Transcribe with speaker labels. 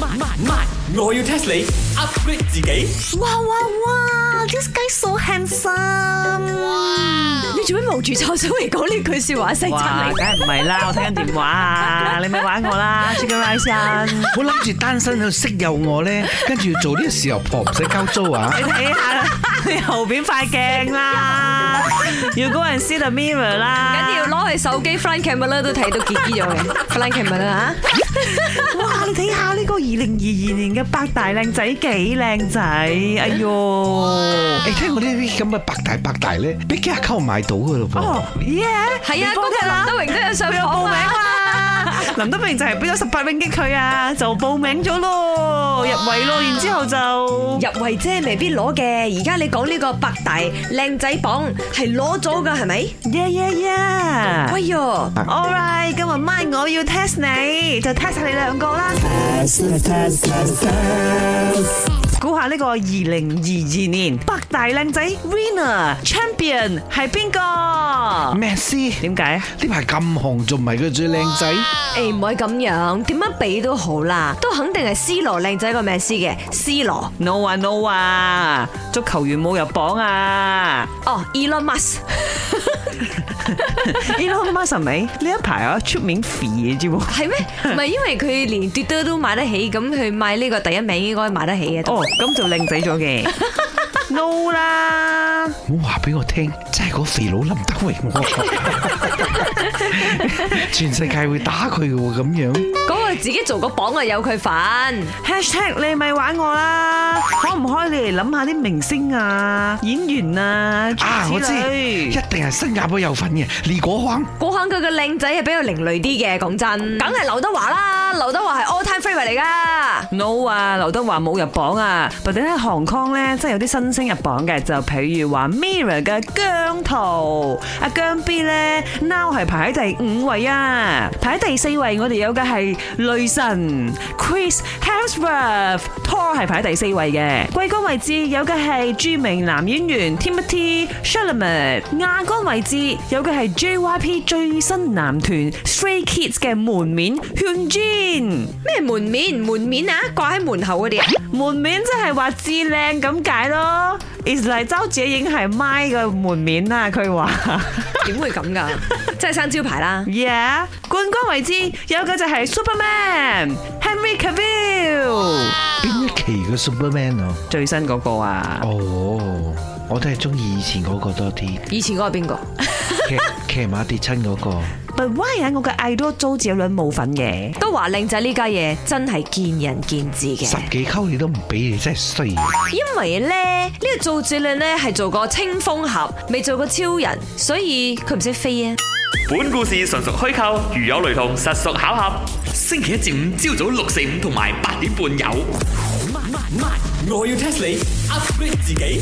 Speaker 1: 慢慢慢，我要 test 你 upgrade 自己。
Speaker 2: 哇哇哇！This guy so handsome。
Speaker 3: 你做咩冒住臭水嚟講呢句说話？細
Speaker 4: 哇，
Speaker 3: 真
Speaker 4: 梗
Speaker 3: 嚟，
Speaker 4: 係唔係啦，我聽緊電話啊，你咪玩我啦，Chicken Rice
Speaker 5: 我諗住單身去識有我咧，跟住做呢個時候婆唔使交租啊！
Speaker 4: 你睇下你後邊塊鏡啦，要 go and see the mirror
Speaker 3: 緊
Speaker 4: 啦，
Speaker 3: 要攞嚟手機 front camera 都睇到結結咗嘅 front camera 啊！
Speaker 4: 哇，你睇下呢個二零二二年嘅百大靚仔幾靚仔，哎呦！
Speaker 5: 你聽我呢啲咁嘅百大百大咧，俾幾下溝買到噶咯
Speaker 4: 哦
Speaker 5: 噃。
Speaker 4: 耶！
Speaker 3: 係啊，
Speaker 4: 你幫
Speaker 3: 嗰
Speaker 4: 啦
Speaker 3: 個林德榮都有上
Speaker 4: 佢有報
Speaker 3: 訪
Speaker 4: 名
Speaker 3: 啊！
Speaker 4: 啦， 林德榮就係俾咗十八蚊激佢啊，就報名咗咯，入圍咯，然之後就
Speaker 3: 入圍啫，未必攞嘅。而家你講呢個百大靚仔榜係攞咗㗎，係咪？
Speaker 4: 耶耶耶
Speaker 3: 哎哟！
Speaker 4: ！All right，今日晚我要 test 你，就 test 下你兩個啦。估下呢個二零二二年百大靚仔 winner champion 係邊個？
Speaker 5: 咩先？呢
Speaker 4: 點解？
Speaker 5: 排咁紅，仲唔係佢最靚仔？
Speaker 3: 誒唔可以咁樣，點樣比都好啦，都肯定係 C 羅靚仔過咩 C 嘅 C 羅
Speaker 4: no 啊 no 啊！足球員冇入榜啊！
Speaker 3: 哦 Elon Musk
Speaker 4: Elon Musk 係咪？呢一排啊出面肥嘅啫喎。
Speaker 3: 係咩？唔係因為佢連奪得都買得起，咁佢買呢個第一名應該買得起嘅。
Speaker 4: 哦，咁就靚仔咗嘅。No 啦，
Speaker 5: 唔好話俾我聽，真係個肥佬林德榮 喎，全世界會打佢嘅喎咁樣。
Speaker 3: 嗰個自己做個榜啊，有佢份。
Speaker 4: #hashtag 你咪玩我啦，可唔可以你嚟諗下啲明星啊、演員啊
Speaker 5: 啊，
Speaker 4: 諸
Speaker 5: 我
Speaker 4: 如此
Speaker 5: 知，一
Speaker 4: 類
Speaker 5: 定係新加坡有份嘅，李果康。
Speaker 3: 嗰肯佢個靚仔係比較另類啲嘅，講真，梗係劉德華啦，劉德華係 all time favorite 嚟噶。
Speaker 4: No 啊，劉德華冇入榜啊，或者喺韓康咧，真係有啲新星入榜嘅，就譬如話 Mirror 嘅姜濤，阿姜 B 咧，now 係排喺第五位啊，排喺第四位我哋有嘅係雷神 Chris Hemsworth，Thor 係排喺第四位嘅，季軍位置有嘅係著名男演員 Timothy s h a l a m e t 亞軍位置有嘅係 JYP 最新男團 Stray Kids 嘅門面 Hyun Jin。
Speaker 3: 咩門面門面啊，掛喺門口嗰啲啊。
Speaker 4: 門面即係話至靚咁解咯。is 嚟周姐影係咪嘅門面啦，佢話。
Speaker 3: 點會咁 㗎？真係生招牌啦！
Speaker 4: yeah，冠軍位置有嘅就係 Superman Henry Cavill，
Speaker 5: 邊一期嘅 Superman 啊？
Speaker 4: 最新嗰個啊。
Speaker 5: 哦，我都係中意以前嗰個多啲，
Speaker 3: 以前嗰個邊個？
Speaker 5: 騎騎馬跌親嗰個。
Speaker 4: But why 啊？我嘅 idol 周杰倫冇份嘅。
Speaker 3: 都話靚仔呢家嘢真係見仁見智
Speaker 5: 十
Speaker 3: 嘅，
Speaker 5: 幾溝你都唔俾，你真係衰。
Speaker 3: 因為咧呢、個做主領咧係做過清風俠，未做過超人，所以佢唔識飛啊！
Speaker 1: 本故事純屬虛構，如有雷同，實屬巧合。星期一至五朝早六四五同埋八點半有。慢慢慢，我要 test 你 upgrade 自己。